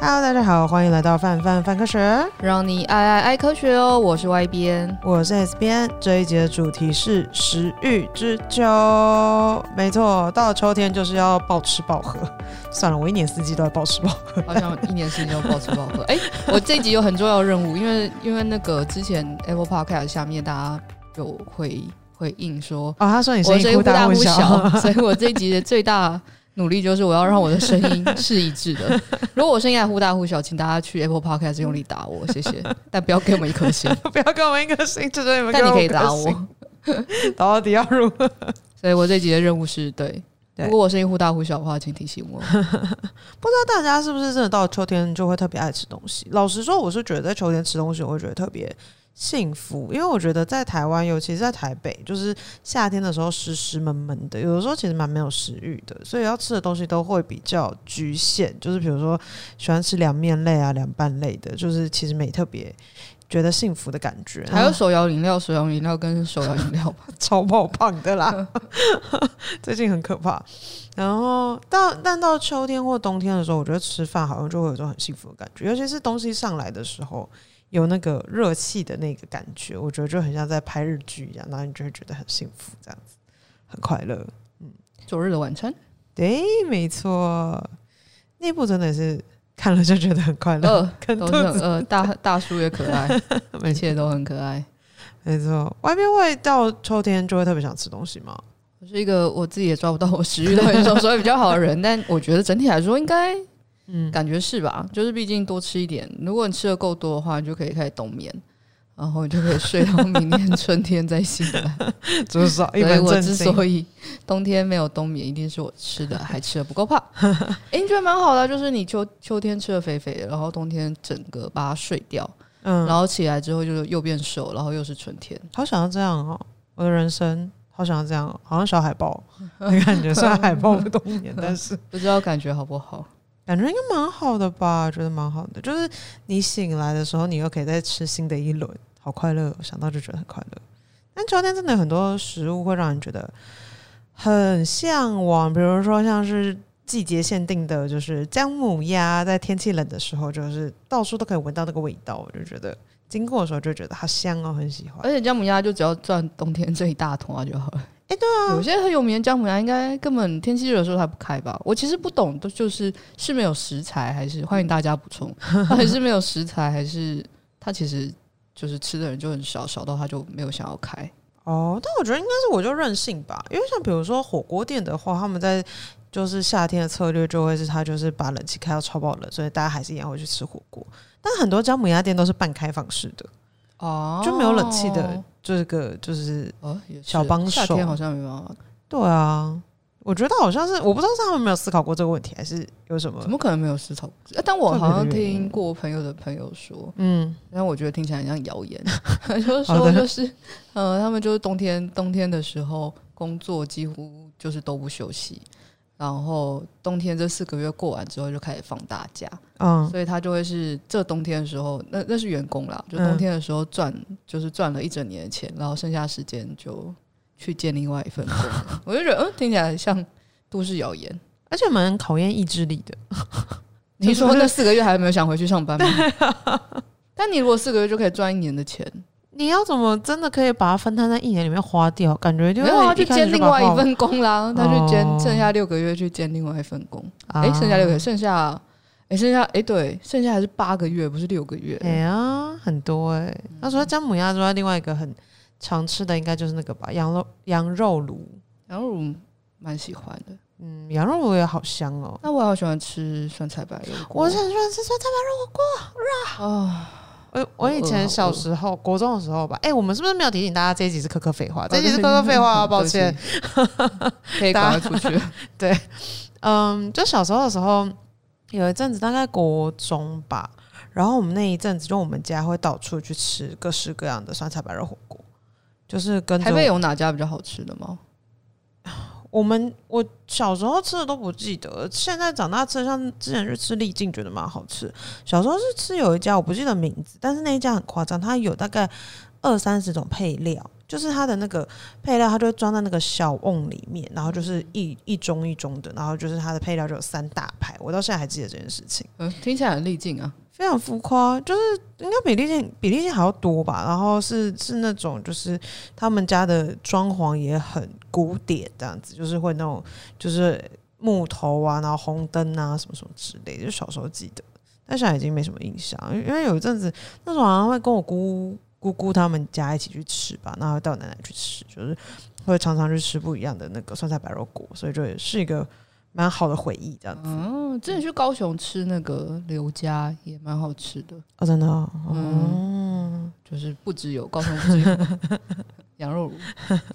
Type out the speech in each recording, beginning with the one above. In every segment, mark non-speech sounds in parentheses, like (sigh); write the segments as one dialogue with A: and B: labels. A: Hello，大家好，欢迎来到范范范科学，
B: 让你爱爱爱科学哦！我是 Y 边，
A: (laughs) 我是 S 边。这一节的主题是食欲之秋，没错，到了秋天就是要暴吃暴喝。 (laughs) 算了，我一年四季都在暴吃暴喝。 (laughs)
B: 好像一年四季都暴吃暴喝。哎、我这一集有很重要的任务，因为因为那个之前 Apple Podcast 下面大家有回回应说，
A: 哦，他说你
B: 我
A: 声音
B: 声音
A: 忽
B: 忽
A: 大
B: 忽
A: 小，
B: 小， (laughs) 所以我这一集的最大努力就是我要让我的声音是一致
A: (laughs)
B: 的。如果我声音还忽大忽小，请大家去 Apple Podcast 用力打我，
A: (laughs)
B: 谢谢，但不要给我们一颗星，
A: (laughs) 不要给我们一个星，就是你们给
B: 但你
A: 我
B: 可
A: 们一
B: 以
A: 颗
B: 打
A: 星，
B: 我。
A: 到底要如何？
B: 所以我这一集的任务是对。
A: 对
B: 如果我声音忽大忽小的话，请提
A: (laughs)
B: 醒我。
A: 不知道大家是不是真的到秋天就会特别爱吃东西？老实说，我是觉得在秋天吃东西，我会觉得特别幸福，因为我觉得在台湾，尤其是在台北，就是夏天的时候湿湿闷闷的，有的时候其实蛮没有食欲的，所以要吃的东西都会比较局限。就是比如说喜欢吃凉面类啊、凉拌类的，就是其实没特别觉得幸福的感觉。嗯
B: 还有
A: 然后
B: 手摇饮料，手摇饮料跟手摇饮料吧。
A: (laughs) 超爆胖的啦， (laughs) 最近很可怕。然后到但到秋天或冬天的时候，我觉得吃饭好像就会有一种很幸福的感觉，尤其是东西上来的时候，有那个热气的那个感觉，我觉得就很像在拍日剧一样，然后你就会觉得很幸福，这样子很快乐。
B: 昨日的晚餐，
A: 对，没错，那部真的是看了就觉得很快乐，
B: 饿，
A: (laughs) 跟
B: 哦呃都
A: 兔
B: 是很
A: 子
B: 饿，大大叔也可
A: (laughs)
B: 爱，
A: 没
B: 一切都很可爱。
A: 没错。外面会到秋天就会特别想吃东西吗？ (laughs)
B: 我是一个我自己也抓不到我食欲到底什么时候比较好的人，但我觉得整体来说应该
A: 嗯，
B: 感觉是吧？就是毕竟多吃一点，如果你吃的够多的话，你就可以开始冬眠，然后你就可以睡到明年春天再醒来。
A: (laughs) 至少一
B: 所以
A: 本
B: 我
A: 正
B: 之
A: 经。
B: 所以冬天没有冬眠，一定是我
A: (laughs)
B: 吃的还吃的不够胖。哎、你觉得蛮好的啊，就是你秋秋天吃的肥肥的，然后冬天整个把它睡掉，
A: 嗯
B: 然后起来之后就又变瘦，然后又是春天。
A: 好想要这样哦，我的人生好想要这样哦，好像小海豹 (laughs) 的感觉。虽然海豹不冬眠，但是
B: 不知道感觉好不好？
A: 感觉应该蛮好的吧？觉得蛮好的，就是你醒来的时候，你又可以再吃新的一轮，好快乐哦！想到就觉得很快乐。但秋天真的很多食物会让人觉得很向往，比如说像是季节限定的，就是姜母鸭，在天气冷的时候，就是到处都可以闻到那个味道，我就觉得经过的时候就觉得好香哦，很喜欢。
B: 而且姜母鸭就只要赚冬天这一大桶啊就好了。
A: 哎
B: 对啊，有些很有名的姜母鸭应该根本天气热的时候还不开吧？我其实不懂，都就是是没有食材，还是欢迎大家补 (laughs) 充，到底是没有食材，还是它其实就是吃的人就很少，少到他就没有想要开。
A: 哦，但我觉得应该是我就任性吧，因为像比如说火锅店的话，他们在就是夏天的策略就会是他就是把冷气开到超爆冷，所以大家还是一样会去吃火锅。但很多姜母鸭店都是半开放式的，
B: 哦
A: 就没有冷气的这个就是
B: 哦，也是
A: 小帮手
B: 夏天好像没办法，
A: 对啊，我觉得好像是我不知道是他们没有思考过这个问题，还是有什么
B: 怎么可能没有食草？呃但我好像
A: 特别的原因
B: 听过朋友的朋友说，
A: 嗯
B: 但我觉得听起来很像谣
A: (laughs)
B: 言，就是
A: 好
B: 说
A: 的
B: 就是呃，他们就是冬天冬天的时候工作几乎就是都不休息，然后冬天这四个月过完之后就开始放大假，
A: 嗯
B: 所以他就会是这冬天的时候，那那是员工啦，就
A: 嗯
B: 冬天的时候赚、就是赚了一整年的钱，然后剩下时间就去见另外
A: (laughs)
B: 一份工，我就觉得嗯，听起来像都市谣言。
A: 而且蛮考验意志力的。
B: 你说那四个月还没有想回去上班吗？
A: (laughs)
B: 但你如果四个月就可以赚一年的钱，
A: 你要怎么真的可以把它分摊在一年里面花掉？感觉就
B: 没有啊，
A: 就
B: 就兼另外一，份工啦。他去兼
A: 哦
B: 剩下六个月去兼另外一份工，
A: 哎
B: 哎，剩下六个月，剩下哎，剩下哎，对，剩下还是八个月，不是六个月。
A: 哎呀，很多哎、那除了姜母鸭之外，另外一个很常吃的应该就是那个吧，羊肉羊肉炉。
B: 然后我蛮喜欢的，
A: 嗯，羊肉炉也好香哦。
B: 那我好喜欢吃酸菜白肉锅。
A: 我是很喜欢吃酸菜白肉。
B: 啊，
A: 我我以
B: 好饿
A: 前
B: 好
A: 小
B: 饿
A: 时候，国中的时候吧，哎、我们是不是没有提醒大家这一集是科科废话？这一集
B: 就是
A: 科科废话、啊，抱歉。，
B: 可以赶快出去。
A: 嗯，就小时候的时候，有一阵子大概国中吧，然后我们那一阵子就我们家会到处去吃各式各样的酸菜白肉火锅，就是跟着
B: 台北
A: 我
B: 有哪家比较好吃的吗？
A: 我们我小时候吃的都不记得，现在长大吃的，像之前去吃丽静，觉得蛮好吃。小时候是吃有一家我不记得名字，但是那一家很夸张，它有大概二三十种配料，就是它的那个配料，它就会装在那个小瓮里面，然后就是一一盅一盅的，然后就是它的配料就有三大排，我到现在还记得这件事情，
B: 嗯，听起来很励志啊。
A: 非常浮夸，就是应该比例线比例线还要多吧。然后是是那种就是他们家的装潢也很古典，这样子就是会那种就是木头啊，然后红灯啊什么什么之类的，就小时候记得，但现在已经没什么印象，因为因为有一阵子那时候好像会跟我姑姑姑他们家一起去吃吧，然后会带我奶奶去吃，就是会常常去吃不一样的那个酸菜白肉锅，所以这也是一个蛮好的回忆这样子。
B: 嗯，之前去高雄吃那个刘家也蛮好吃的，
A: 哦，真的哦，
B: 嗯
A: 嗯，
B: 就是不只有高雄不只有羊肉炉，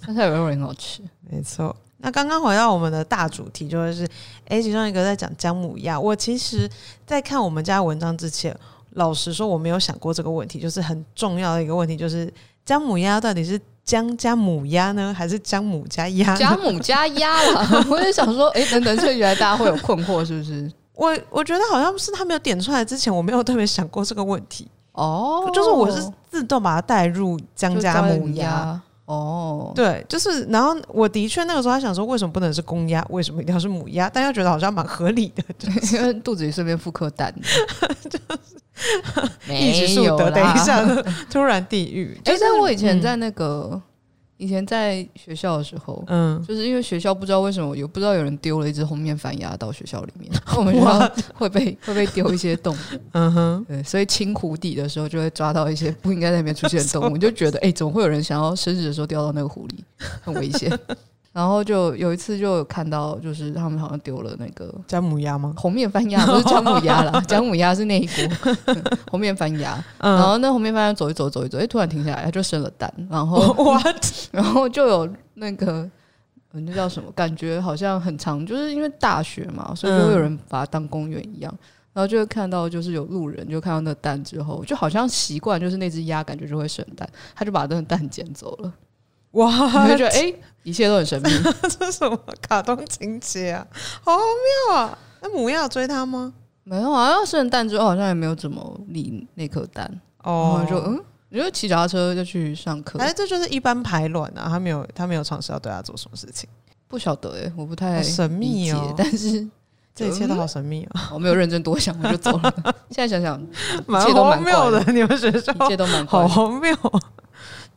B: 酸菜羊肉也很好吃。
A: 没错。那刚刚回到我们的大主题，就会是，哎、其中一个在讲姜母鸭。我其实，在看我们家文章之前，老实说，我没有想过这个问题，就是很重要的一个问题，就是姜母鸭到底是姜加母鸭呢，还是姜母加
B: (laughs)
A: 鸭呢？
B: 贾母加鸭 (laughs) 啦，我也想说，哎、等等，所以原来大家会有困惑，是不是？
A: 我我觉得好像是他没有点出来之前，我没有特别想过这个问题，
B: 哦，
A: 就是我是自动把它带入姜
B: 就
A: 加母
B: 姜
A: 鸭。
B: 鸭。哦，
A: 对，就是，然后我的确那个时候还想说，为什么不能是公鸭，为什么一定要是母鸭？但又觉得好像蛮合理的，
B: 因为肚子里顺便复刻 (laughs) 蛋，就是
A: 一起
B: 没
A: 树
B: 有
A: 德，
B: 啦
A: 等一下，突然地 (laughs) 狱。
B: 哎、
A: 就是
B: 但我以前在那个、以前在学校的时候，
A: 嗯，
B: 就是因为学校不知道为什么有不知道有人丢了一只红面反鸭到学校里面，我们学校会被会被丢一些动物，
A: 嗯哼，
B: 对，所以清湖底的时候就会抓到一些不应该在那边出现的动物，你就觉得哎、总会有人想要生日的时候掉到那个湖里，很危险。 (laughs) 然后就有一次就有看到，就是他们好像丢了那个
A: 姜母鸭 (laughs) 吗？
B: 红面番鸭，不是姜母鸭啦，姜母鸭是那一锅红面番鸭。然
A: 嗯
B: 后那红面番鸭走一走走一走，哎、突然停下来，它就生了蛋，然后
A: ，what？
B: 然后就有那个。呃那叫什么？感觉好像很长，就是因为大学嘛，所以
A: 嗯
B: 就会有人把它当公园一样。然后就会看到，就是有路人就看到那蛋之后，就好像习惯，就是那只鸭感觉就会生蛋，他就把那个蛋捡走了。
A: 哇
B: 你就觉得哎、一切都很神秘。
A: 这是什么卡通情节啊？好荒谬啊！那母鸭有追他吗？
B: 没有啊，要生了蛋之后好像也没有怎么理那颗蛋。
A: 哦
B: 然后，就嗯，你就骑脚踏车就去上课，
A: 哎，这就是一般排卵啊，他没有，他没有尝试要对他做什么事情，
B: 不晓得哎、我不太
A: 好神秘
B: 理解
A: 哦，
B: 但是
A: 这一切都好神秘哦，
B: 我没有认真多想，我就走了。现在想想，
A: (laughs) 蛮
B: 都蛮
A: 荒
B: 怪
A: 谬的，你们学校
B: 一切都蛮
A: 好
B: 好。
A: 荒谬。 (laughs)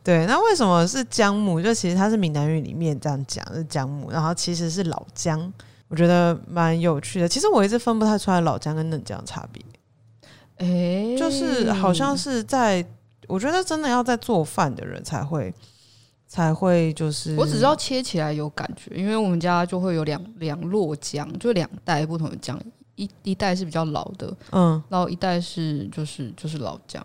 A: 对，那为什么是姜母？就其实它是闽南语里面这样讲是姜母，然后其实是老姜，我觉得蛮有趣的。其实我一直分不太出来老姜跟嫩姜的差别，
B: 哎、
A: 就是好像是在我觉得真的要在做饭的人才会才会就是，
B: 我只知道切起来有感觉，因为我们家就会有两两落姜，就两袋不同的姜，一一袋是比较老的，
A: 嗯
B: 然后一袋是就是就是老姜。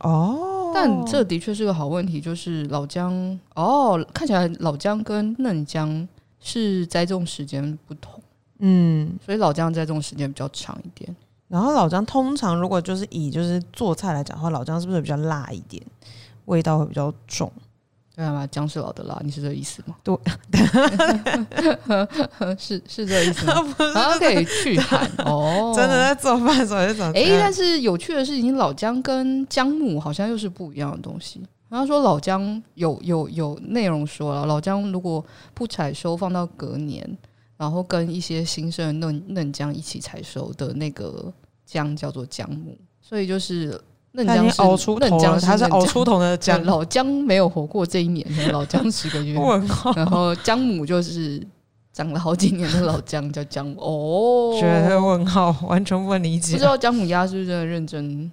A: 哦，
B: 但这的确是个好问题，就是老姜哦，看起来老姜跟嫩姜是栽种时间不同。
A: 嗯，
B: 所以老姜在这种时间比较长一点。
A: 然后老姜通常如果就是以就是做菜来讲的话，老姜是不是比较辣一点，味道会比较重？
B: 对啊，姜是老的辣，你是这个意思吗？
A: 对，
B: (laughs) 是是这个意
A: (laughs)
B: 思吗？好像可以去寒哦，
A: 真的。在做饭的时候就想，
B: 哎、但是有趣的事情，老姜跟姜母好像又是不一样的东西。然后说老姜有有有内容说了，老姜如果不采收，放到隔年，然后跟一些新生的嫩嫩姜一起采收的那个姜叫做姜母，所以就是嫩
A: 他已
B: 姜
A: 经
B: 是
A: 熬出
B: 嫩
A: 头
B: 姜
A: 了，他是
B: 嫩姜
A: 熬出头的姜
B: 讲。老姜没有活过这
A: (laughs)
B: 一年，可能老姜十个月，
A: 问号，
B: 然后姜母就是长了好几年的老姜，叫姜母哦。
A: 觉得问号，完全不理
B: 不
A: 解
B: 知。道姜母鸭是不是真的认真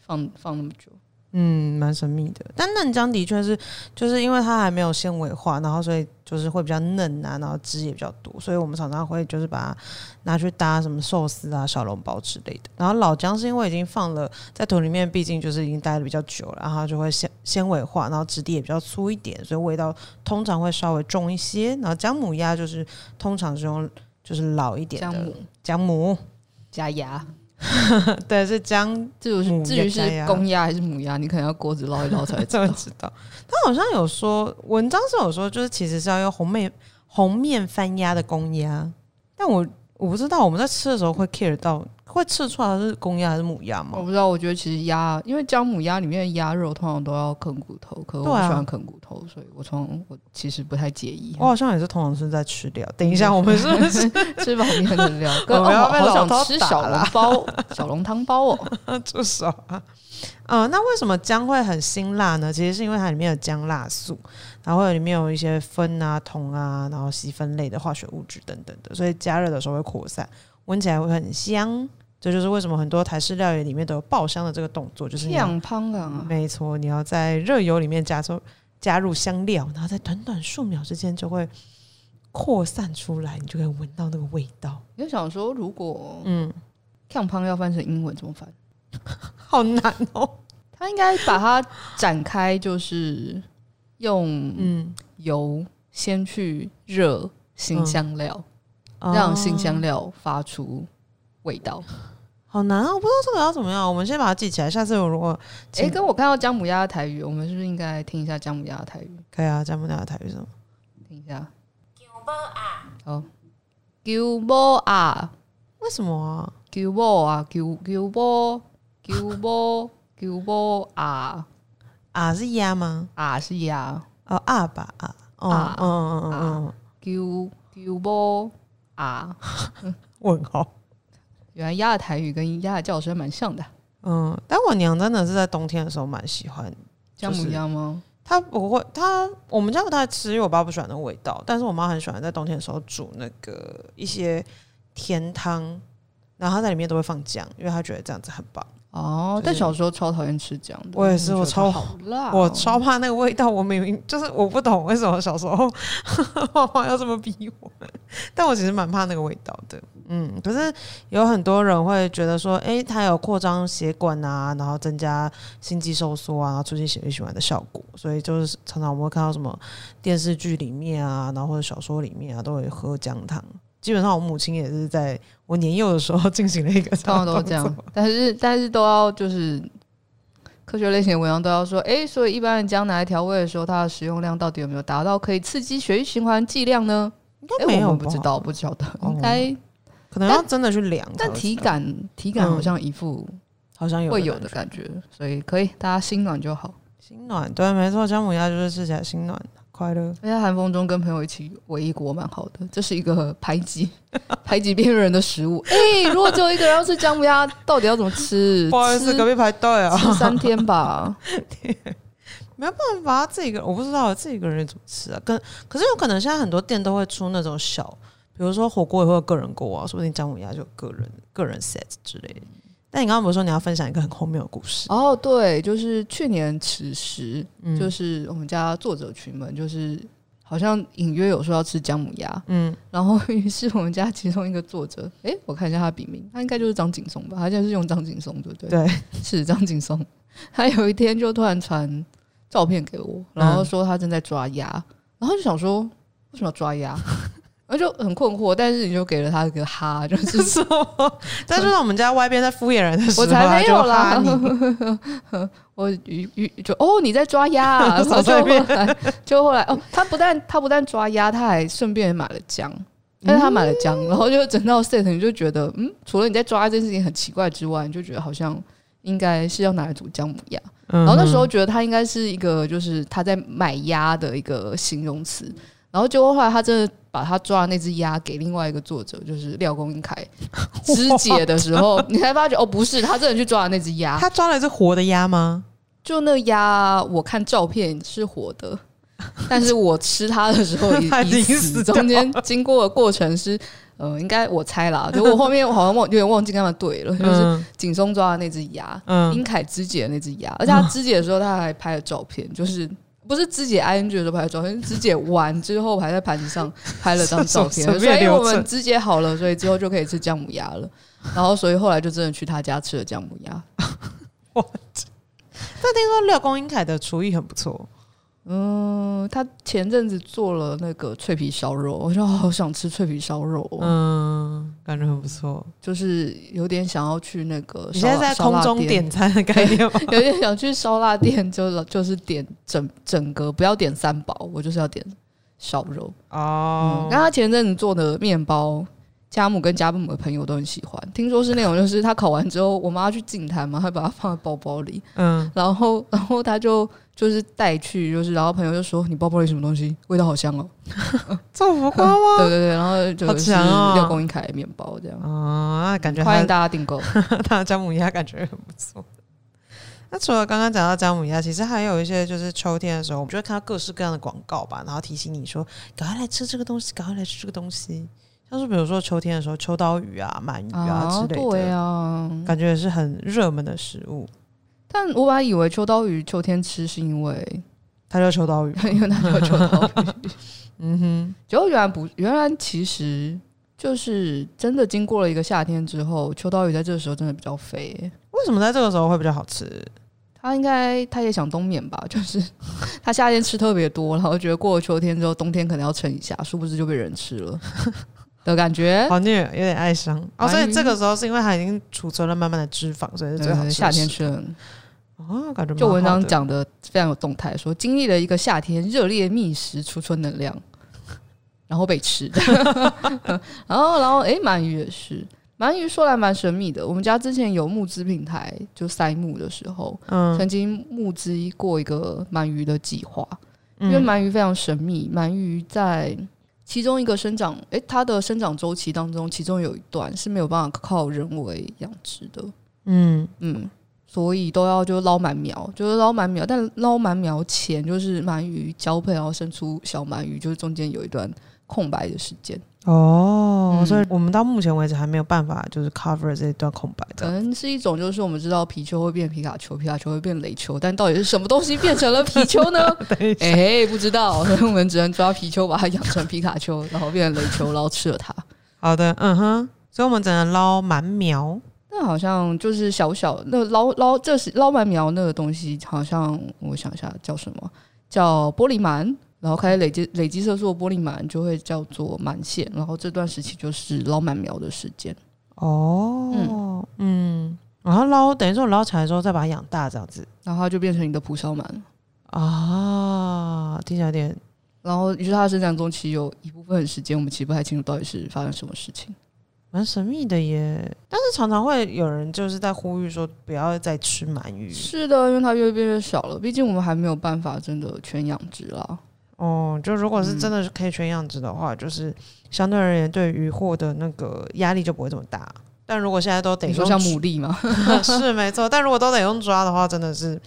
B: 放放那么久？
A: 嗯，蛮神秘的。但嫩姜的确是，就是因为它还没有纤维化，然后所以就是会比较嫩啊，然后汁也比较多，所以我们常常会就是把它拿去搭什么寿司啊、小笼包之类的。然后老姜是因为已经放了在土里面，毕竟就是已经待的比较久了，然后它就会纤纤维化，然后质地也比较粗一点，所以味道通常会稍微重一些。然后姜母鸭就是通常是用就是老一点
B: 姜
A: 的
B: 母
A: 姜母，
B: 加鸭，
A: 对，是姜
B: 至于是
A: 母
B: 至于
A: 加
B: 是
A: 鸭
B: 公鸭还是母鸭，你可能要锅子捞一捞才
A: (laughs)
B: 会知
A: 这么
B: 道。
A: 知道。他好像有说，文章是有说，就是其实是要用红面红面翻鸭的公鸭，但我我不知道我们在吃的时候会 care 到会吃出来是公鸭还是母鸭吗
B: 哦我？不知道，我觉得其实鸭，因为姜母鸭里面的鸭肉通常都要啃骨头，可是我
A: 对
B: 不
A: 啊
B: 喜欢啃骨头，所以我从我其实不太介意
A: 我好像也是通常是在吃掉。等一
B: 嗯
A: 下，我们是不是
B: (laughs) 吃旁边的料。跟
A: 我们要
B: 哦，
A: 被
B: 好
A: 老
B: 想
A: 饕
B: 吃
A: 打
B: 小笼
A: 啦
B: 包，小笼汤包哦。
A: (laughs) 助手啊？呃，那为什么姜会很辛辣呢？其实是因为它里面有姜辣素，然后里面有一些酚啊、酮啊，然后烯酚类的化学物质等等的，所以加热的时候会扩散，闻起来会很香。这就是为什么很多台式料理里面都有爆香的这个动作，就是你要
B: 酱汤啊，
A: 没错，你要在热油里面加入加入香料，然后在短短数秒之间就会扩散出来，你就可以闻到那个味道。
B: 你就想说，如果
A: 嗯，
B: 酱汤要翻成英文怎么翻？
A: 好难哦。
B: 他应该把它展开，就是用
A: 嗯，
B: 油先去热新香料，让新
A: 哦嗯
B: 香料发出味道。
A: 好难啊！我不知道这个要怎么样，我们先把它记起来。下次我如果
B: 哎、
A: 请
B: 跟我看到姜母鸭的台语，我们是不是应该听一下姜母鸭的台语？
A: 可以啊，加不了台语是什么？
B: 听一下。哦好，姜母鸭，
A: 为什么啊？
B: 姜母啊，姜姜母，姜母，姜母鸭，
A: 啊是鸭吗？
B: 鸭是鸭，
A: 哦啊吧啊，哦
B: 啊
A: 嗯嗯嗯嗯嗯，
B: 姜姜母鸭。
A: 问号。
B: 原来鸭的台语跟鸭的叫声蛮像的。
A: 嗯，但我娘真的是在冬天的时候蛮喜欢
B: 姜母鸭吗？
A: 它不会，它我们家不太吃，因为我爸不喜欢那个味道。但是我妈很喜欢在冬天的时候煮那个一些甜汤，然后她在里面都会放酱，因为她觉得这样子很棒。
B: 哦，但小时候超讨厌吃姜的。
A: 我也是
B: 觉得
A: 我超
B: 好辣哦，
A: 我超怕那个味道，我明明就是我不懂为什么小时候 (laughs) 妈妈要这么逼我，但我其实蛮怕那个味道的。嗯，可是有很多人会觉得说，诶，它有扩张血管啊，然后增加心肌收缩啊，然后促进血液循环的效果，所以就是常常我们会看到什么电视剧里面啊，然后或者小说里面啊，都会喝姜汤。基本上，我母亲也是在我年幼的时候进行了一个
B: 通常
A: 样的
B: 都是这
A: 动
B: 样
A: 作，
B: 但是但是都要就是科学类型的文章都要说，诶，所以一般人姜拿来调味的时候，它的食用量到底有没有达到可以刺激血液循环剂量呢？
A: 应该
B: 诶，
A: 没
B: 我
A: 有
B: 们不知
A: 吧，
B: 道，不晓得，
A: 哦
B: 应该。
A: 可能要真的去量才
B: 但
A: 会
B: 体
A: 知道
B: 感体感
A: 嗯
B: 好像一副
A: 好像有
B: 会
A: 的
B: 有
A: 感
B: 的
A: 觉
B: 感觉，所以可以，大家心暖就好。
A: 心暖，对，没错，姜母鸭就是吃起来心暖快乐。
B: 而且寒风中跟朋友一起围一锅蛮好的，这是一个排挤 (laughs) 排挤边缘人的食物。哎、如果只有一个人要吃姜母鸭，到底要怎么吃？
A: 不好意思，
B: 吃
A: 隔壁排队啊，
B: 吃三天
A: (laughs)
B: 吧。
A: 办法，自己一个人我不知道自己一个人怎么吃啊。跟可是有可能现在很多店都会出那种小，比如说火锅也会有个人锅啊，说不定姜母鸭就有个人个人 set 之类的。但你刚刚不是说你要分享一个很荒谬的故事？
B: 哦，对，就是去年此时，
A: 嗯
B: 就是我们家作者群们，就是好像隐约有说要吃姜母鸭，
A: 嗯，
B: 然后于是我们家其中一个作者，哎、我看一下他的笔名，他应该就是张景松吧？他现在是用张景松，对不对？
A: 对， (laughs)
B: 是张景松， (laughs) 他有一天就突然传照片给我，然后说他正在抓鸭，然后就想说为什么要抓鸭， (laughs) 然后就很困惑，但是你就给了他一个哈，就
A: (laughs)
B: 是
A: 是我，但就是我们家外边在敷衍人的时候，啊
B: 我才没有啦
A: 他就哈你，
B: 我于于就哦你在抓鸭、啊，然后
A: 走
B: 就
A: 这
B: 后
A: 边
B: 来 (laughs) 就后来哦，他不但他不但抓鸭，他还顺便买了姜。但是他买了姜，然后就整套 set，你就觉得，嗯，除了你在抓这件事情很奇怪之外，你就觉得好像应该是要拿来煮姜母鸭。
A: (laughs) 然
B: 然后那
A: 嗯
B: 时候觉得他应该是一个，就是他在买鸭的一个形容词。然后结果后来他真的把他抓的那只鸭给另外一个作者，就是廖公
A: (laughs)
B: 凯肢解的时候，你才发觉哦，不是他真的去抓的那只鸭，
A: 他抓了一只活的鸭吗？
B: 就那鸭，我看照片是活的。但是我吃它的
A: (laughs)
B: 时候
A: 它已
B: 已
A: 经
B: 已
A: 死
B: 死，
A: 掉
B: 中间经过的过程是，呃，应该我猜啦，就我后面我好像忘有点忘记跟他们对了，就是
A: 嗯
B: 景松抓的那只鸭，
A: 嗯
B: 英凯肢解的那只鸭，而且他肢解的时候他还拍了照片，就是
A: 嗯
B: 不是肢解 ing 的时候拍的照片，是肢解完之后还在盘子上拍了张照
A: (laughs) 随
B: 片，所
A: 便
B: 以
A: 留
B: 我们
A: 存
B: 肢解好了，所以之后就可以吃姜母鸭了。然后所以后来就真的去他家吃了姜母鸭，
A: 听说廖公英凯的厨艺很不错，
B: 嗯，他前阵子做了那个脆皮烧肉，我就好想吃脆皮烧肉、哦，
A: 嗯，感觉很不错。
B: 就是有点想要去那个
A: 你
B: 烧
A: 现
B: 腊。
A: 在在
B: 烧
A: 空
B: 腊
A: 中
B: 店
A: 点餐的概念吗？
B: 有点想去烧腊店，就就是点整整个，不要点三宝，我就是要点烧肉。
A: 哦
B: 那、他前阵子做的面包家母跟家母的朋友都很喜欢。听说是那种，就是他烤完之后，我妈去净坛嘛，她把它放在包包里， (laughs)
A: 嗯，
B: 然后 (laughs) 然后他就就是带去，就是然后朋友就说你包包里什么东西，味道好香哦。
A: 这么浮夸吗？
B: 对对对，然后就
A: 好
B: 是
A: 强哦
B: 六公一凯面包这样，
A: 啊，那感觉
B: 欢
A: 他 (laughs)
B: 迎大家订购。
A: 他的姜母鸭感觉很不错。那除了刚刚讲到姜母鸭，其实还有一些就是秋天的时候，我们就会看到各式各样的广告吧，然后提醒你说赶快来吃这个东西，赶快来吃这个东西。像是比如说秋天的时候，秋刀鱼啊、鳗鱼啊之类的，
B: 对啊，
A: 感觉也是很热门的食物。
B: 但我本来以为秋刀鱼秋天吃是因为，
A: 它叫秋刀鱼
B: (laughs) 因为它叫秋刀鱼，
A: (laughs) 嗯哼，
B: 结果原来不，原来其实就是真的经过了一个夏天之后，秋刀鱼在这个时候真的比较肥、
A: 为什么在这个时候会比较好吃？
B: 他应该他也想冬眠吧，就是 (laughs) 他夏天吃特别多，然后觉得过了秋天之后，冬天可能要撑一下，殊不知就被人吃了的感觉。
A: 好虐，有点哀伤哦。所
B: 鳗
A: 以
B: 鱼
A: 这个时候是因为它已经储存了慢慢的脂肪，所以是最好吃
B: 对
A: 的
B: 夏天
A: 食
B: 吃了，
A: 物哦，感觉
B: 就
A: 蛮
B: 文
A: 好
B: 章
A: 的
B: 讲的非常有动态，说经历了一个夏天热烈觅食，储存能量，然后被吃。 (laughs) 然后，然后，诶，鳗鱼也是，鳗鱼说来蛮神秘的。我们家之前有募资平台，就塞募的时候，
A: 嗯
B: 曾经募资过一个鳗鱼的计划，因
A: 嗯
B: 为鳗鱼非常神秘，鳗鱼在其中一个生长，诶，它的生长周期当中，其中有一段是没有办法靠人为养殖的，
A: 嗯
B: 嗯，所以都要就捞鳗苗，就是捞鳗苗，但捞鳗苗前就是鳗鱼交配，然后生出小鳗鱼，就是中间有一段空白的时间，
A: 哦，
B: 嗯
A: 所以我们到目前为止还没有办法就是 cover 这一段空白
B: 可
A: 的。
B: 能是一种就是我们知道皮丘会变皮卡丘，皮卡丘会变雷丘，但到底是什么东西变成了皮丘呢？
A: 对，
B: 哎、不知道， (laughs) 所以我们只能抓皮丘，把它养成皮卡丘，然后变成雷丘，然后吃了它。
A: 好的，嗯哼，所以我们只能捞蛮苗，
B: 那好像就是小小那捞捞，这是捞鳗苗那个东西，好像我想一下叫什么，叫玻璃鳗，然后开始累积累积色素的玻璃鳗就会叫做鳗线，然后这段时期就是捞鳗苗的时间。
A: 哦，嗯然后捞，等于说我捞起来之后再把它养大这样子
B: 然后它就变成你的蒲烧鳗，
A: 啊，听起来有点
B: 然后于是它的生长周期有一部分时间，我们其实不太清楚到底是发生什么事情。
A: 蛮神秘的耶。但是常常会有人就是在呼吁说不要再吃鳗鱼
B: 是的，因为它越变越小了，毕竟我们还没有办法真的全养殖啦。
A: 哦，就如果是
B: 嗯
A: 真的是可以全养殖的话，就是相对而言对渔获的那个压力就不会这么大。但如果现在都得
B: 你说
A: 用
B: 像牡蛎吗？
A: 是没错，但如果都得用抓的话，真的是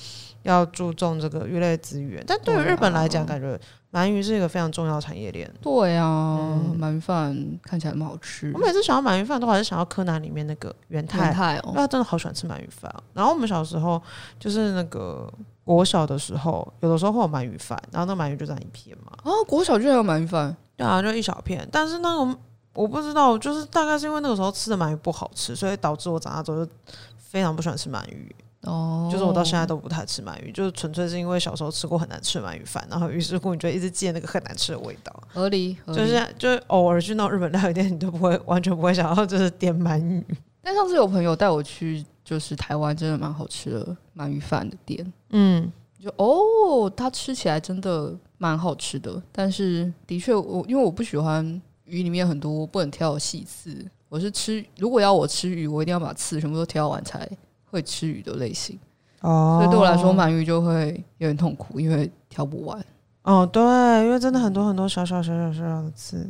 A: 要注重这个鱼类资源。但对于日本来讲，
B: 对啊
A: 感觉鳗鱼是一个非常重要的产业链。
B: (laughs) 对啊
A: 嗯，
B: 鳗、饭看起来蛮好吃。
A: 我每次想到鳗鱼饭，都还是想到柯南里面那个元
B: 嗯太
A: 太，
B: 太
A: 因为
B: 哦，
A: 他真的好喜欢吃鳗鱼饭哦。然后我们小时候就是那个国小的时候，有的时候会有鳗鱼饭，然后那鳗鱼就这样一片嘛，
B: 啊，国小居然有鳗鱼饭，
A: 对啊，就一小片。但是那种我不知道，就是大概是因为那个时候吃的鳗鱼不好吃，所以导致我长大之后就非常不喜欢吃鳗鱼。
B: 哦，
A: 就是我到现在都不太吃鳗鱼，就是纯粹是因为小时候吃过很难吃的鳗鱼饭，然后于是乎你就一直记得那个很难吃的味道，
B: 合理，合理
A: 就是就是偶尔去那种日本料理店，你都不会完全不会想要就是点鳗鱼，
B: 但上次有朋友带我去，就是台湾真的蛮好吃的鳗鱼饭的店，
A: 嗯，
B: 就哦，它吃起来真的蛮好吃的，但是的确我因为我不喜欢鱼里面很多不能挑的细刺，我是吃如果要我吃鱼，我一定要把刺全部都挑完才会吃鱼的类型，
A: 哦
B: 所以对我来说，鳗鱼就会有点痛苦，因为挑不完。
A: 哦对，因为真的很多很多小小小小小小的字。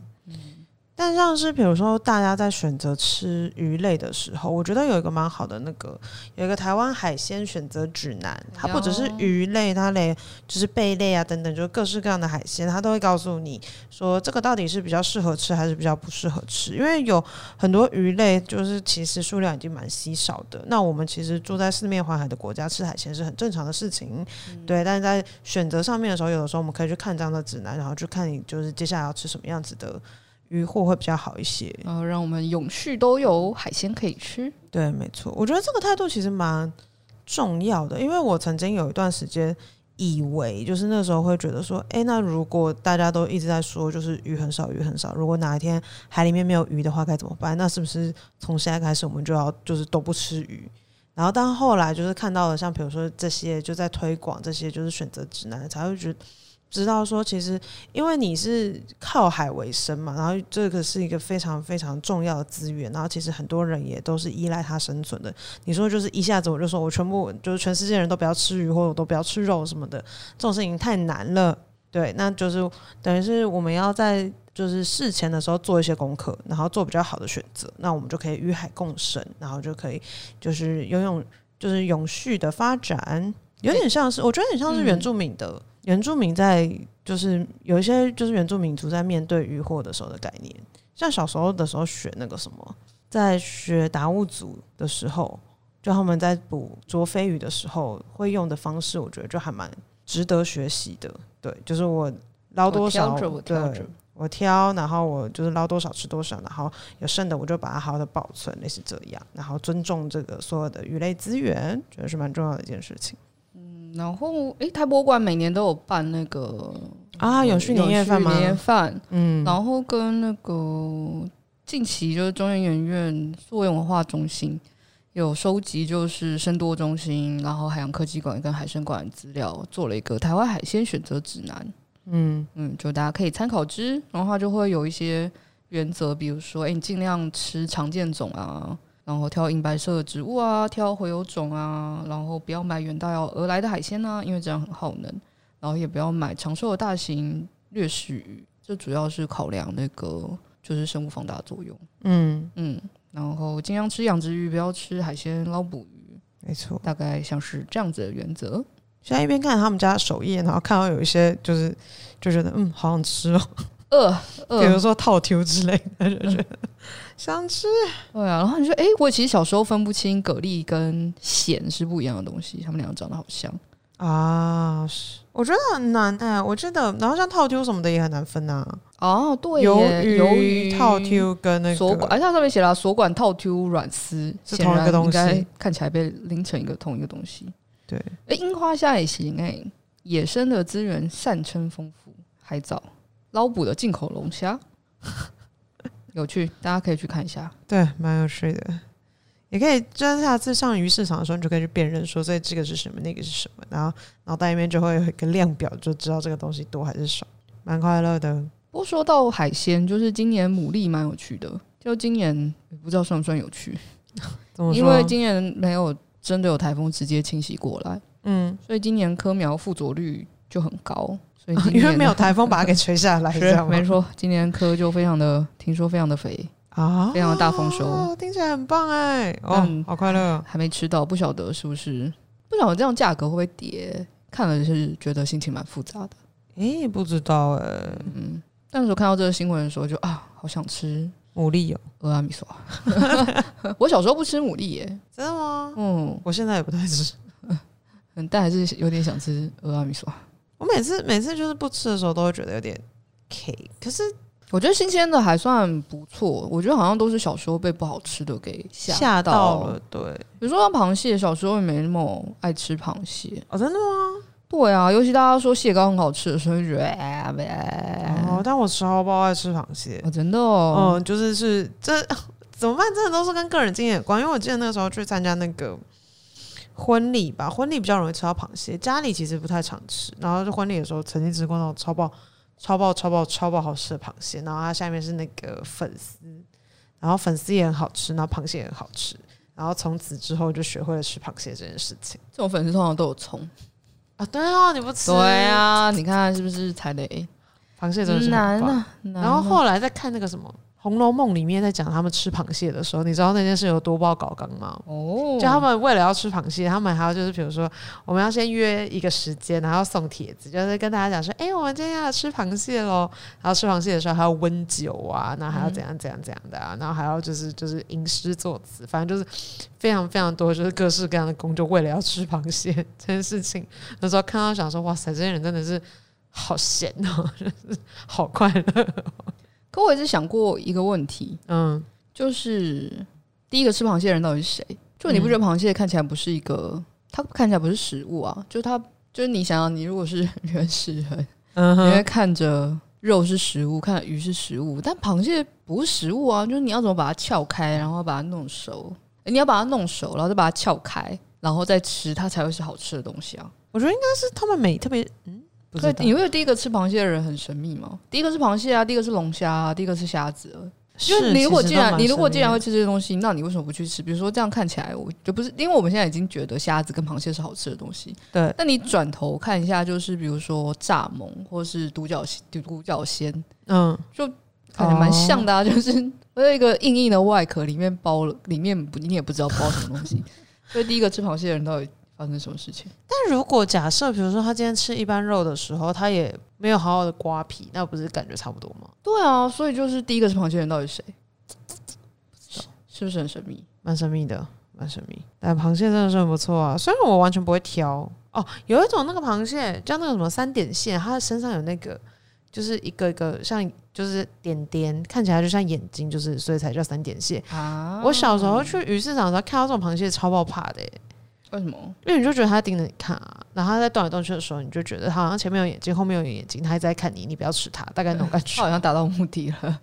A: 但像是比如说，大家在选择吃鱼类的时候，我觉得有一个蛮好的那个，有一个台湾海鲜选择指南，它不只是鱼类，它连就是贝类啊等等，就是各式各样的海鲜，它都会告诉你说这个到底是比较适合吃还是比较不适合吃。因为有很多鱼类就是其实数量已经蛮稀少的，那我们其实住在四面环海的国家吃海鲜是很正常的事情，对。但是在选择上面的时候，有的时候我们可以去看这样的指南，然后去看你就是接下来要吃什么样子的鱼货会比较好一些。
B: 然呃后让我们永续都有海鲜可以吃。
A: 对，没错，我觉得这个态度其实蛮重要的，因为我曾经有一段时间以为，就是那时候会觉得说，诶，那如果大家都一直在说就是鱼很少，鱼很少，如果哪一天海里面没有鱼的话该怎么办？那是不是从现在开始我们就要就是都不吃鱼？然后，但后来就是看到了，像比如说这些就在推广这些就是选择指南，才会觉得知道说，其实因为你是靠海为生嘛，然后这个是一个非常非常重要的资源，然后其实很多人也都是依赖它生存的。你说就是一下子我就说我全部就是全世界人都不要吃鱼，或者我都不要吃肉什么的，这种事情太难了。对，那就是等于是我们要在就是事前的时候做一些功课，然后做比较好的选择，那我们就可以与海共生，然后就可以就是拥有就是永续的发展，有点像是我觉得很像是原住民的、原住民在就是有一些就是原住民族在面对渔获的时候的概念，像小时候的时候学那个什么，在学达悟族的时候，就他们在捕捉飞鱼的时候会用的方式，我觉得就还蛮值得学习的。对，就是我捞多少，
B: 我挑着我挑
A: 对
B: 着，
A: 我挑，然后我就是捞多少吃多少，然后有剩的我就把它好好的保存，类似这样，然后尊重这个所有的鱼类资源，觉得是蛮重要的一件事情
B: 然后，诶，台博馆每年都有办那个
A: 啊。永续年夜饭吗
B: 永？续年夜饭，
A: 嗯，
B: 然后跟那个近期就是中研研院溯源文化中心有收集，就是深多中心，然后海洋科技馆跟海参馆的资料，做了一个台湾海鲜选择指南。嗯嗯，就大家可以参考之，然后它就会有一些原则，比如说，哎、你尽量吃常见种啊。然后挑银白色的植物啊，挑洄游种啊，然后不要买远道而来的海鲜啊，因为这样很耗能。然后也不要买长寿的大型掠食鱼，这主要是考量那个就是生物放大作用。
A: 嗯，
B: 嗯，然后尽量吃养殖鱼，不要吃海鲜捞捕鱼，
A: 没错。
B: 大概像是这样子的原则。
A: 现在一边看他们家的首页，然后看到有一些就是就觉得嗯，好想吃哦，
B: 饿
A: (laughs) 比如
B: 饿，
A: 说套球之类的，就觉得想吃。
B: 对啊。然后你说，诶，我其实小时候分不清蛤蜊跟蚬是不一样的东西，它们两个长得好像。
A: 啊，是，我觉得很难哎、我觉得，然后像套丢什么的也很难分呐、
B: 哦，对耶，
A: 鱿鱼、
B: 鱿鱼
A: 套丢跟那
B: 锁管，
A: 个
B: 而且它上面写了啊锁管套 Q 软丝，
A: 是
B: 显
A: 同一个
B: 然
A: 东
B: 应该
A: 西
B: 看起来被拎成一个同一个东西。
A: 对
B: 诶，樱花虾也行哎、野生的资源散称丰富，海藻、捞捕的进口龙虾， (laughs) 有趣，大家可以去看一下。
A: 对，蛮有趣的。也可以，就是下次上鱼市场的时候，你就可以去辨认说，这这个是什么，那个是什么，然后脑袋里面就会有一个量表，就知道这个东西多还是少，蛮快乐的。
B: 不过说到海鲜，就是今年牡蛎蛮有趣的，就今年不知道算不算有趣，
A: 怎么
B: 因为
A: 说？
B: 今年没有真的有台风直接侵袭过来，
A: 嗯，
B: 所以今年科苗附着率就很高，所以今
A: (laughs) (laughs) 因为
B: 年
A: 没有台风把它给吹下来，这
B: 是
A: 样吗
B: 哎没错，今年科就非常的，听说非常的肥，
A: 啊，
B: 非常的大丰收，
A: 哦，听起来很棒哎、哦
B: 但，
A: 好快乐哦。
B: 还没吃到，不晓得是不是，不晓得这样价格会不会跌，看了是觉得心情蛮复杂的。
A: 诶、不知道哎、
B: 嗯，但是我看到这个新闻的时候就，啊，好想吃
A: 牡蛎哦，
B: 俄阿米索。 (laughs) 我小时候不吃牡蛎耶，
A: 真的吗？
B: 嗯，
A: 我现在也不太吃。
B: 嗯但还是有点想吃俄阿米索。
A: 我每次每次就是不吃的时候都会觉得有点 K，可是
B: 我觉得新鲜的还算不错，我觉得好像都是小时候被不好吃的给吓
A: 吓
B: 到
A: 到了，。对，
B: 比如说像螃蟹，小时候也没那么爱吃螃蟹，
A: 哦，真的吗？
B: 对啊，尤其大家说蟹膏很好吃的时候，就觉得哎呗，
A: 哦，但我超爆爱吃螃蟹，
B: 我真的哦，
A: 嗯，就是是这 (laughs) 怎么办？真的都是跟个人经验有关，因为我记得那个时候去参加那个。婚礼吧，婚礼比较容易吃到螃蟹，家里其实不太常吃。然后就婚礼的时候，曾经吃过那种超爆、超爆、超爆、超爆好吃的螃蟹，然后它下面是那个粉丝，然后粉丝也很好吃，然后螃蟹也很好吃。然后从此之后就学会了吃螃蟹这件事情。
B: 这种粉丝通常都有葱。
A: 啊，对哦，你不吃？
B: 对，啊，你看是不是踩雷？
A: 螃蟹真的是
B: 难
A: 很棒。
B: 啊，难
A: 然
B: 啊
A: 后后来在看那个什么《红楼梦》里面在讲他们吃螃蟹的时候，你知道那件事有多爆搞纲吗？
B: 哦，
A: 就他们为了要吃螃蟹，他们还要就是比如说，我们要先约一个时间，然后要送帖子，就是跟大家讲说，哎、我们今天要吃螃蟹喽。然后吃螃蟹的时候还要温酒啊，然后还要怎样怎样怎样的啊，然后还要就是就是吟诗作词，反正就是非常非常多，就是各式各样的工作，为了要吃螃蟹这件事情。那时候看到想说，哇塞，这些人真的是好闲哦， (laughs) 就是好快乐。
B: 可我一直想过一个问题，
A: 嗯，
B: 就是第一个吃螃蟹的人到底是谁？就你不
A: 嗯
B: 觉得螃蟹看起来不是一个，它看起来不是食物啊？就它就是你想想，你如果是原始人，
A: 嗯
B: 你
A: 哼，
B: 会看着肉是食物，看着鱼是食物，但螃蟹不是食物啊，就是你要怎么把它撬开，然后把它弄熟，诶你要把它弄熟，然后再把它撬开，然后再吃，它才会是好吃的东西啊。
A: 我觉得应该是他们每特别嗯不
B: 对
A: 知，道
B: 你会觉得第一个吃螃蟹的人很神秘吗？第一个是螃蟹啊，第一个是龙虾啊，第一个是虾子啊。因为
A: 是
B: 你如果
A: 其
B: 既
A: 实都
B: 然
A: 蛮
B: 你如果
A: 神
B: 既然
A: 秘
B: 会
A: 的
B: 吃这些东西，那你为什么不去吃？比如说这样看起来，我就不是因为我们现在已经觉得虾子跟螃蟹是好吃的东西。
A: 对
B: 那你转头看一下，就是比如说蚱蜢或是独角仙独角仙，
A: 嗯
B: 感觉蛮
A: 哦
B: 像的啊。就是我有一个硬硬的外壳，里面包了，里面不你也不知道包什么东 (laughs) 西。所以第一个吃螃蟹的人到底发生什么事情？
A: 但如果假设，比如说他今天吃一般肉的时候，他也没有好好的刮皮，那不是感觉差不多吗？
B: 对啊，所以就是第一个吃螃蟹的人到底是谁？是不是很神秘？
A: 蛮神秘的，蛮神秘。但螃蟹真的是很不错啊，虽然我完全不会挑哦。有一种那个螃蟹叫那个什么三点蟹，它身上有那个就是一个一个像就是点点，看起来就像眼睛，就是所以才叫三点蟹。
B: 啊
A: 我小时候去鱼市场的时候看到这种螃蟹超爆怕的欸、
B: 为什么？
A: 因为你就觉得它盯着你看啊，然后它在动来动去的时候，你就觉得它好像前面有眼睛，后面有眼睛，它一直在看你，你不要吃它，大概那种感觉
B: (laughs)
A: 哦
B: 他。好像达到目的了。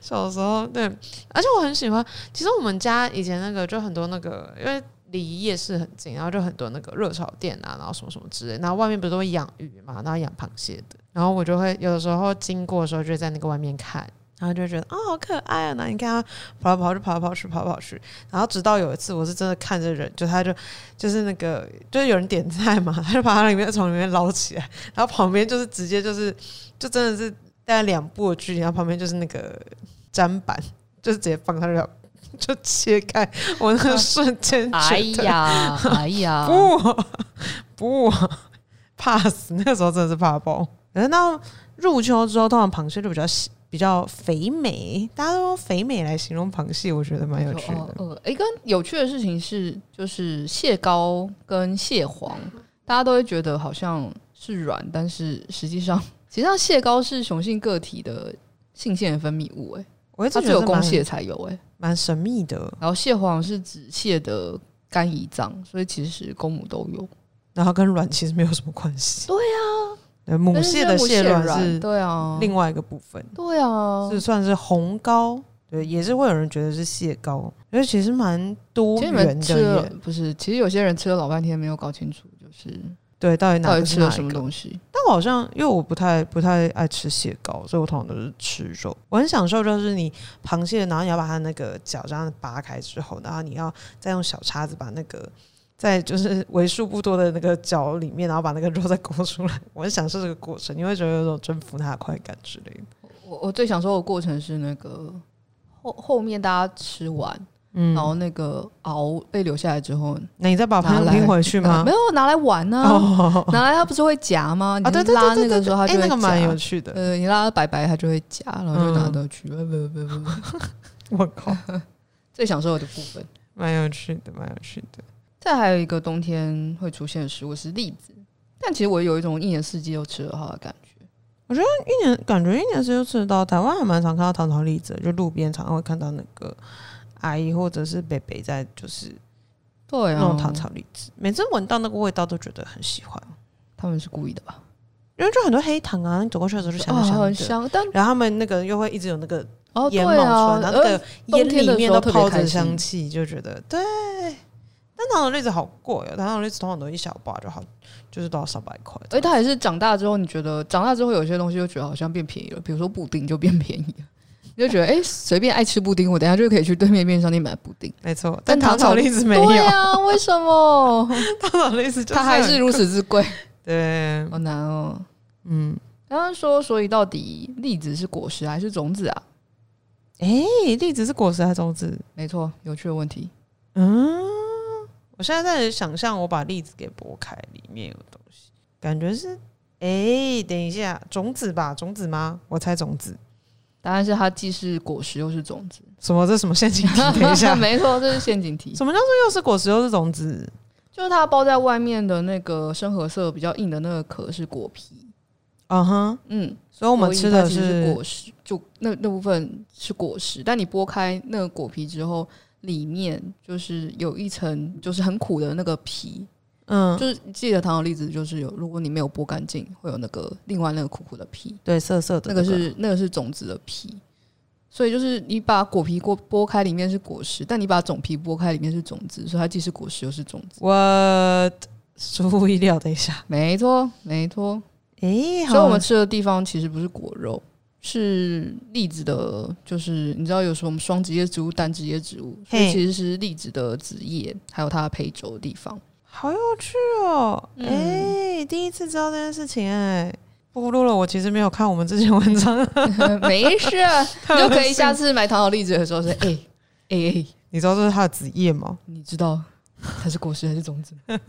A: 小时候哦对，而且我很喜欢。其实我们家以前那个就很多那个，因为离夜市很近，然后就很多那个热炒店啊，然后什么什么之类。然后外面不是都会养鱼嘛，然后养螃蟹的。然后我就会有的时候经过的时候，就会在那个外面看，然后就会觉得啊、好可爱啊！然后你看它跑来跑去，跑来跑去，跑来跑去。然后直到有一次，我是真的看着人，就他就就是那个就是有人点菜嘛， (laughs) 他就把它里面从里面捞起来，然后旁边就是直接就是就真的是。大概两步的距离，然后旁边就是那个砧板，就直接放他了，就切开。我那个瞬间
B: 啊哎
A: 觉得、
B: (laughs) 呀，哎呀，
A: 不 (laughs) 不怕死， (laughs) 那个时候真的是怕爆。可是到入秋之后，通常螃蟹就比较细比较肥美，大家都用肥美来形容螃蟹，我觉得蛮有趣
B: 哦
A: 的。
B: 呃，一个有趣的事情是，就是蟹膏跟蟹黄，大家都会觉得好像是软，但是实际上，实际上蟹膏是雄性个体的性腺分泌物、欸，
A: 我一直
B: 它
A: 觉
B: 只有
A: 得
B: 公
A: 蛮
B: 蟹才有、欸，
A: 蛮神秘的，
B: 然后蟹黄是指蟹的肝胰脏，所以其实公母都有。
A: 然后跟卵其实没有什么关系。
B: 对
A: 呀、母
B: 但是
A: 蟹的
B: 母蟹
A: 卵
B: 软
A: 是
B: 对啊，
A: 另外一个部分。
B: 对啊，
A: 是算是红膏，对，也是会有人觉得是蟹膏，因为其实蛮多
B: 其实你
A: 元
B: 们
A: 的
B: 吃了
A: 耶。
B: 不是？其实有些人吃了老半天没有搞清楚，就是
A: 对，到底哪
B: 到
A: 个
B: 底
A: 是
B: 吃
A: 哪
B: 了
A: 一
B: 什么
A: 个
B: 东西。
A: 但我好像因为我不太不太爱吃蟹膏，所以我通常都是吃肉。我很享受就是你螃蟹，然后你要把它那个脚这样扒开之后，然后你要再用小叉子把那个 (laughs) 在就是为数不多的那个脚里面，然后把那个肉再勾出来。我很享受这个过程，你会觉得有种征服它的快感之类的。
B: 我我最享受的过程是那个后后面大家吃完，然
A: 嗯，
B: 后那个熬被留下来之后，
A: 那你再把
B: 拿
A: 螃
B: 来
A: 蟹拎回去
B: 拿
A: 吗
B: 没？有拿来玩呢、
A: 哦，
B: 拿来它不是会夹吗？你
A: 啊，对
B: 就
A: 对
B: 拉
A: 对
B: 那
A: 对
B: 个时
A: 对，
B: 候它
A: 哎
B: 就
A: 那
B: 会
A: 个蛮有
B: 夹。
A: 趣的。
B: 呃，你拉它白白，它就会夹，然后就拿
A: 嗯
B: 到去。不不不不 (laughs) 不，
A: 我靠，
B: 最享受的部分。
A: 蛮有趣的，蛮有趣的。
B: 再还有一个冬天会出现的食物是栗子，但其实我有一种一年四季都吃得到的感觉。
A: 一年感觉一年四季都吃得到，台湾还蛮常看到糖炒栗子的，就路边常常会看到那个阿姨或者是北北在就是
B: 对啊，
A: 弄糖炒栗子，每次闻到那个味道都觉得很喜欢，
B: 他们是故意的吧？
A: 因为就很多黑糖啊，你走过去的时候就香香
B: 哦、
A: 的。
B: 很香，但
A: 然后他们那个又会一直有那个
B: 哦对
A: 烟冒出来，
B: 啊，
A: 然后那个
B: 呃冬
A: 烟
B: 天
A: 里
B: 的
A: 面
B: 时候
A: 都
B: 特别
A: 泡
B: 开
A: 着
B: 心
A: 香气，就觉得对。但糖炒栗子好贵哦，糖炒栗子通常都一小把就好，就是都要上百块。
B: 哎而且它也是长大之后，你觉得长大之后有些东西就觉得好像变便宜了，比如说布丁就变便宜了，你就觉得哎，随便爱吃布丁，我等一下就可以去对面便利商店买布丁。
A: 没错，
B: 哎但
A: 但
B: 糖
A: 糖
B: 炒
A: 炒栗子没有，
B: 对啊，为什么？
A: (laughs) 糖炒栗子就是
B: 它还是
A: 很
B: 如此之贵，
A: 对，
B: 好难哦。
A: 嗯，
B: 刚刚说，所以到底栗子是果实还是种子啊？
A: 诶，栗子是果实还是种子？
B: 没错，有趣的问题。
A: 嗯，我现在在想象我把栗子给剥开，里面有东西，感觉是诶，等一下，种子吧？种子吗？我猜种子。
B: 答案是它既是果实又是种子。
A: 什么？这什么陷阱
B: (laughs)
A: 题？ (laughs) 等一下，
B: 没错，这是陷阱题， (laughs)
A: 什么叫做又是果实又是种子？
B: 就是它包在外面的那个深褐色比较硬的那个壳是果皮，
A: 嗯哼，
B: 嗯，
A: 所以我们
B: 所以
A: 吃
B: 它
A: 的
B: 其实
A: 是
B: 是果实，就那那部分是果实，但你剥开那个果皮之后，里面就是有一层就是很苦的那个皮，
A: 嗯，
B: 就是记得糖炒栗子就是有，如果你没有剥干净，会有那个另外那个苦苦的皮，
A: 对，涩涩的、
B: 那个是那个是种子的皮。所以就是你把果皮剥剥开，里面是果实；但你把种皮剥开，里面是种子，所以它既是果实又是种子。
A: what？出乎意料的一下。
B: 没错，没错。
A: 诶、好
B: 所以我们吃的地方其实不是果肉，是栗子的，就是你知道有什么双子叶植物、单子叶植物，所以
A: 嘿
B: 其实是栗子的子叶，还有它的胚轴的地方。 (laughs)
A: 好有趣哦！诶、第一次知道这件事情哎、暴露了我其实没有看我们之前文章， (laughs)
B: 没事，啊你就可以下次买糖炒栗子的时候说，哎哎哎，
A: 你知道这是它的子叶 (laughs) 吗？
B: 你知道它是果实还是种子吗？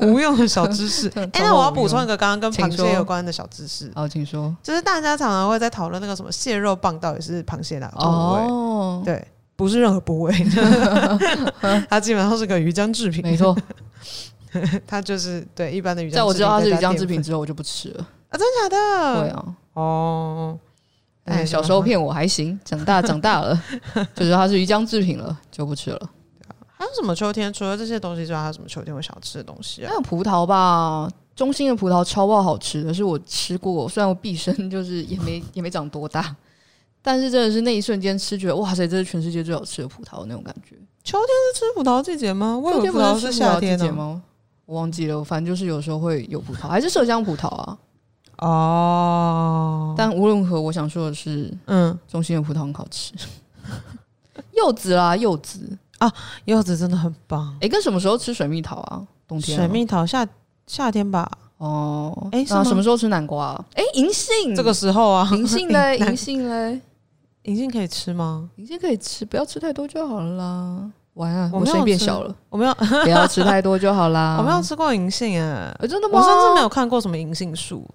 A: 无用的小知 (laughs) 识。哎、那我要补充一个刚刚跟
B: 请
A: 螃
B: 说
A: 蟹有关的小知识，
B: 好，请说。
A: 就是大家常常会在讨论那个什么蟹肉棒到底是螃蟹哪个部位，
B: 哦，
A: 对，不是任何部 (laughs) 位，它基本上是个鱼浆制品，
B: 哦没错，
A: (laughs) 它就是对一般的鱼浆制品。
B: 在我知道它是鱼
A: 再加
B: 浆制品
A: 淀
B: 之后，我就不吃了。
A: 粉啊，真的假的？
B: 对啊，
A: 哦，哎
B: 哎，小时候骗我还行，长大长大了就知道它是鱼浆制品了，就不吃了。
A: 还有什么秋天？除了这些东西之外，还有什么秋天我想吃的东西啊
B: 还？有葡萄吧，中心的葡萄超爆好吃的，是我吃过，虽然我毕生就是也没也没长多大， (laughs) 但是真的是那一瞬间吃，觉得哇塞，这是全世界最好吃的葡萄那种感觉。
A: 是吃葡萄季节吗？我以
B: 秋
A: 为
B: 天
A: 葡
B: 不是
A: 萄
B: 吃
A: 是
B: 葡
A: 夏
B: 萄季
A: 天
B: 节
A: 呢、
B: 吗？我忘记了，反正就是有时候会有葡萄，还是麝香葡萄啊。
A: 哦，
B: 但无论如何，我想说的是，
A: 嗯，
B: 中心的葡萄很好吃。柚子啦，柚子，
A: 柚子真的很棒。
B: 诶，跟什么时候吃水蜜桃啊？冬天啊、
A: 水蜜桃夏夏天吧，
B: 哦，
A: 诶是
B: 那
A: 吗
B: 什么时候吃南瓜、啊？诶，银杏，
A: 这个时候啊，
B: 银杏
A: (laughs)
B: 嘞，银杏嘞，
A: 银杏可以吃吗？
B: 银杏可以吃，不要吃太多就好了啦。晚安，
A: 我
B: 我
A: 没有
B: 声音变
A: 吃
B: 小了，
A: 我没有，
B: 不要吃太多就好啦。
A: (laughs) 我没有吃过银杏哎，
B: 呃，真的吗？哦
A: 我甚至没有看过什么银杏树。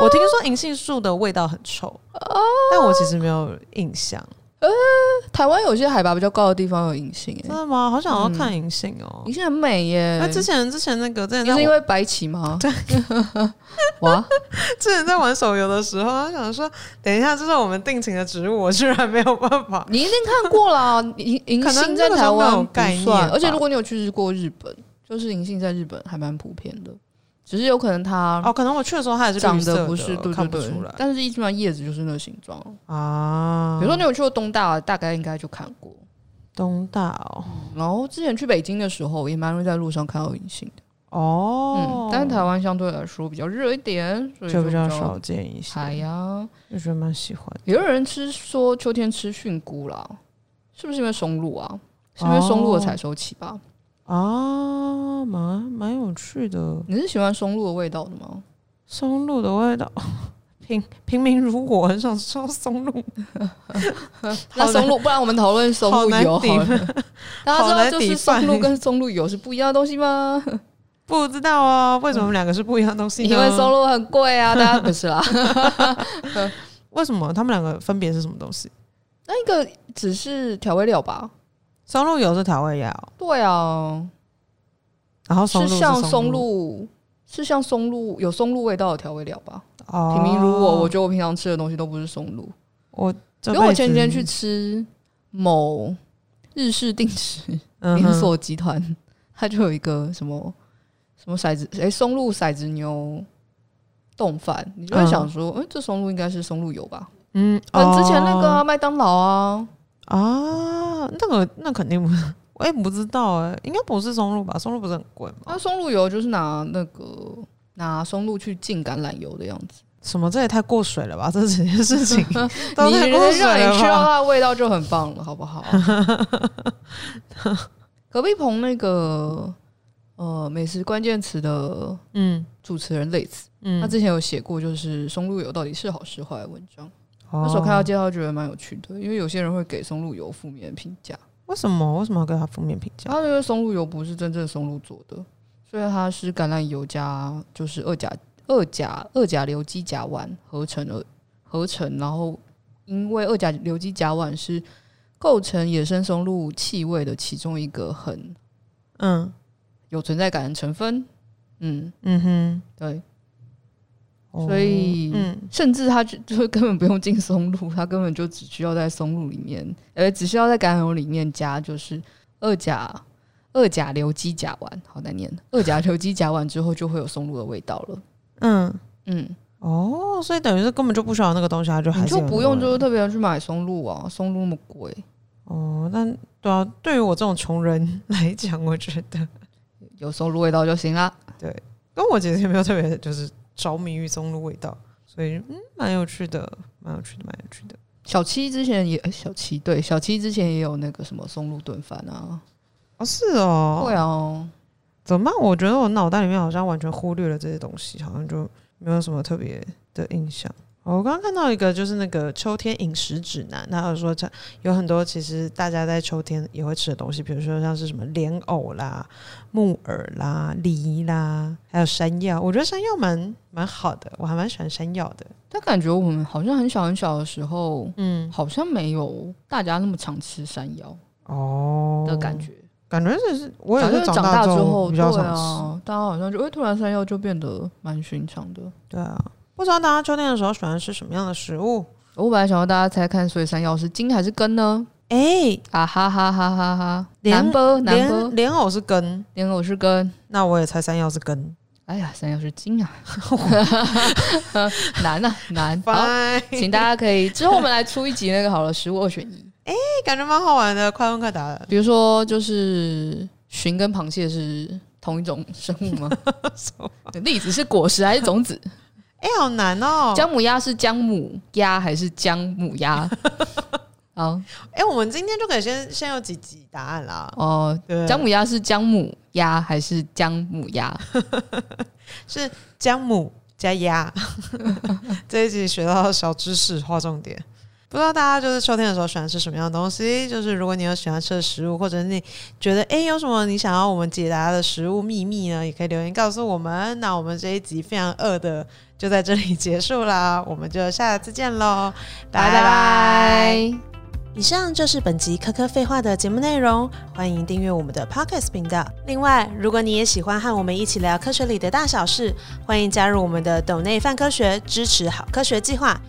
A: 我听说银杏树的味道很臭，但我其实没有印象。
B: 嗯台湾有些海拔比较高的地方有银杏、
A: 真
B: 欸，
A: 的吗？好想要看银杏哦
B: 银。杏很美耶、
A: 那之前之前那个之前
B: 你
A: 在
B: 嗯是因
A: 玩
B: 为白
A: (laughs)
B: 起吗？ (laughs) 哇，
A: 之前在玩手游的时候，他想说，等一下这是我们定情的植物，我居然没有办法。
B: 你一定看过啦，银银
A: 可能
B: 杏在
A: 那个时
B: 台
A: 候没有
B: 湾不
A: 概念
B: 算，
A: 吧
B: 而且如果你有去过日本，就是银杏在日本还蛮普遍的，只是有可能它
A: 哦，可能我去的时候它也是绿
B: 长
A: 色
B: 得不是对
A: 看
B: 对
A: 不出
B: 对
A: 来，
B: 但是基本上叶子就是那个形状。
A: 啊。
B: 比如说你有去过东大，大概应该就看过。
A: 东大哦，
B: 然后之前去北京的时候，也蛮容易在路上看到银杏的。
A: 哦
B: 嗯，，但是台湾相对来说比较热一点，所以
A: 就
B: 比
A: 比较少。见一些，
B: 哎呀，
A: 我觉得蛮喜欢的。
B: 也有人吃说秋天吃菌菇啦，是不是因为松露啊？是因为松露的采收期
A: 哦
B: 吧？
A: 啊，蛮蛮有趣的，
B: 你是喜欢松露的味道的吗？
A: 松露的味道。 (laughs) 平平民如我，很想吃到松露。好
B: 那
A: 难
B: 松露，不然我们讨论松
A: 好
B: 露
A: 难
B: 油
A: 抵
B: 好了。 (laughs) 大家知
A: 好
B: 道
A: 难
B: 就是
A: 抵
B: 松露
A: 犯
B: 跟松露油是不一样的东西吗？
A: 不知道啊，为什么我们两个是不一样的东西呢？
B: (laughs) 因为松露很贵啊，大家不是啦。
A: 为什么他们两个分别是什么东西？
B: (laughs) 那一个只是调味料吧？
A: 松露油是调味料，
B: 对啊，
A: 然后松
B: 是
A: 露
B: 像松
A: 松
B: 露，是像松露有松露味道的调味料吧？
A: 哦
B: 平民如我，我觉得我平常吃的东西都不是松露，
A: 我
B: 因
A: 这
B: 为我
A: 辈
B: 前几天
A: 子
B: 去吃某日式定食
A: 嗯
B: 连
A: 哼
B: 锁集团， (laughs) 它就有一个什么什么骰子，哎、松露骰子牛。冻饭，你就会
A: 嗯
B: 想说，嗯，这松露应该是松露油吧？
A: 嗯，
B: 嗯，之前那个
A: 哦
B: 啊麦当劳啊，
A: 啊，那个那肯定不是，我也不知道哎、应该不是松露吧？松露不是很贵吗？
B: 那啊松露油就是拿那个拿松露去浸橄榄油的样子。
A: 什么？这也太过水了吧？这整件事
B: (laughs)
A: 情都 (laughs)
B: 你
A: 太
B: 人
A: 过
B: 能
A: 水
B: 让你
A: 了
B: 吃到
A: 吧？
B: 它的味道就很棒了，好
A: (laughs)
B: 不好？隔壁棚那个呃美食关键词的
A: 嗯
B: 主持人类似，他
A: 嗯，
B: 之前有写过就是松露油到底是好是坏的文章。
A: 那
B: 那时候看到介绍觉得蛮有趣的，因为有些人会给松露油负面的评价，
A: 为什么为什么要给他负面评价？
B: 他因为松露油不是真正松露做的，所以它是橄榄油加就是二甲二甲二甲硫基甲烷合成而合成，然后因为二甲硫基甲烷是构成野生松露气味的其中一个很
A: 嗯
B: 有存在感的成分，嗯，
A: 嗯哼，
B: 对，
A: 哦
B: 所以
A: 嗯
B: 甚至它就就根本不用进松露，它根本就只需要在松露里面，呃，只需要在橄榄油里面加就是二甲二甲硫基甲烷，好难念， (laughs) 二甲硫基甲烷之后就会有松露的味道了。
A: 嗯
B: 嗯，
A: 哦，所以等于是根本就不需要那个东西，他就还
B: 你
A: 是
B: 就
A: 有
B: 不
A: 那
B: 用
A: 个
B: 就是
A: 味道
B: 特别去买松露啊，松露那么贵，
A: (laughs) 哦，但对啊，对于我这种穷人来讲，我觉得
B: 有松露味道就行啦。
A: 跟我姐姐没有特别就是着迷于松露味道，所以嗯，蛮有趣的，蛮有趣的，蛮有趣的。
B: 小七之前也，哎小七对，小七之前也有那个什么松露炖饭啊，
A: 哦，是哦，
B: 会啊哦，
A: 怎么办？我觉得我脑袋里面好像完全忽略了这些东西，好像就没有什么特别的印象。哦我刚刚看到一个，就是那个秋天饮食指南，它有说这有很多其实大家在秋天也会吃的东西，比如说像是什么莲藕啦、木耳啦、梨啦，还有山药。我觉得山药蛮蛮好的，我还蛮喜欢山药的。
B: 但感觉我们好像很小很小的时候，
A: 嗯，
B: 好像没有大家那么常吃山药
A: 哦
B: 的感，觉。
A: 感觉这是我也
B: 好像
A: 是
B: 长
A: 大
B: 之
A: 后
B: 后，
A: 比
B: 对
A: 较常吃。
B: 啊，大家好像就会突然山药就变得蛮寻常的。
A: 对啊，不知道大家秋天的时候喜欢吃什么样的食物？
B: 我本来想要大家猜看，所以山药是茎还是根呢？
A: 哎、
B: 啊哈哈哈哈哈！
A: 莲
B: 南波南波
A: 莲，莲藕是根，
B: 莲藕是根。
A: 那我也猜山药是根。
B: 哎呀，山药是茎啊， (laughs) 难啊
A: (laughs)
B: 难！好，
A: 拜，
B: 请大家可以之后我们来出一集那个好了，食物二选一。
A: 感觉蛮好玩的，快问快答的。
B: 比如说，就是鲟跟螃蟹是同一种生物
A: (laughs)
B: 吗？栗子是果实还是种子？
A: 哎、好难哦、
B: 姜母鸭是姜母鸭还是姜母
A: (laughs)
B: 鸭？好
A: 哎、我们今天就可以先先有几集答案啦。
B: 哦，
A: 对，
B: 姜母鸭是姜母鸭还是姜母鸭？
A: 是姜母加鸭。 (laughs) 这一集学到小知识，划重点。不知道大家就是秋天的时候喜欢吃什么样的东西？就是如果你有喜欢吃的食物，或者你觉得哎、诶有什么你想要我们解答的食物秘密呢，也可以留言告诉我们。那我们这一集非常饿的就在这里结束啦，我们就下次见喽，拜拜。
B: 拜拜。
A: 以上就是本集科科废话的节目内容，欢迎订阅我们的 Podcast 频道。另外，如果你也喜欢和我们一起聊科学里的大小事，欢迎加入我们的抖内范科学支持好科学计划，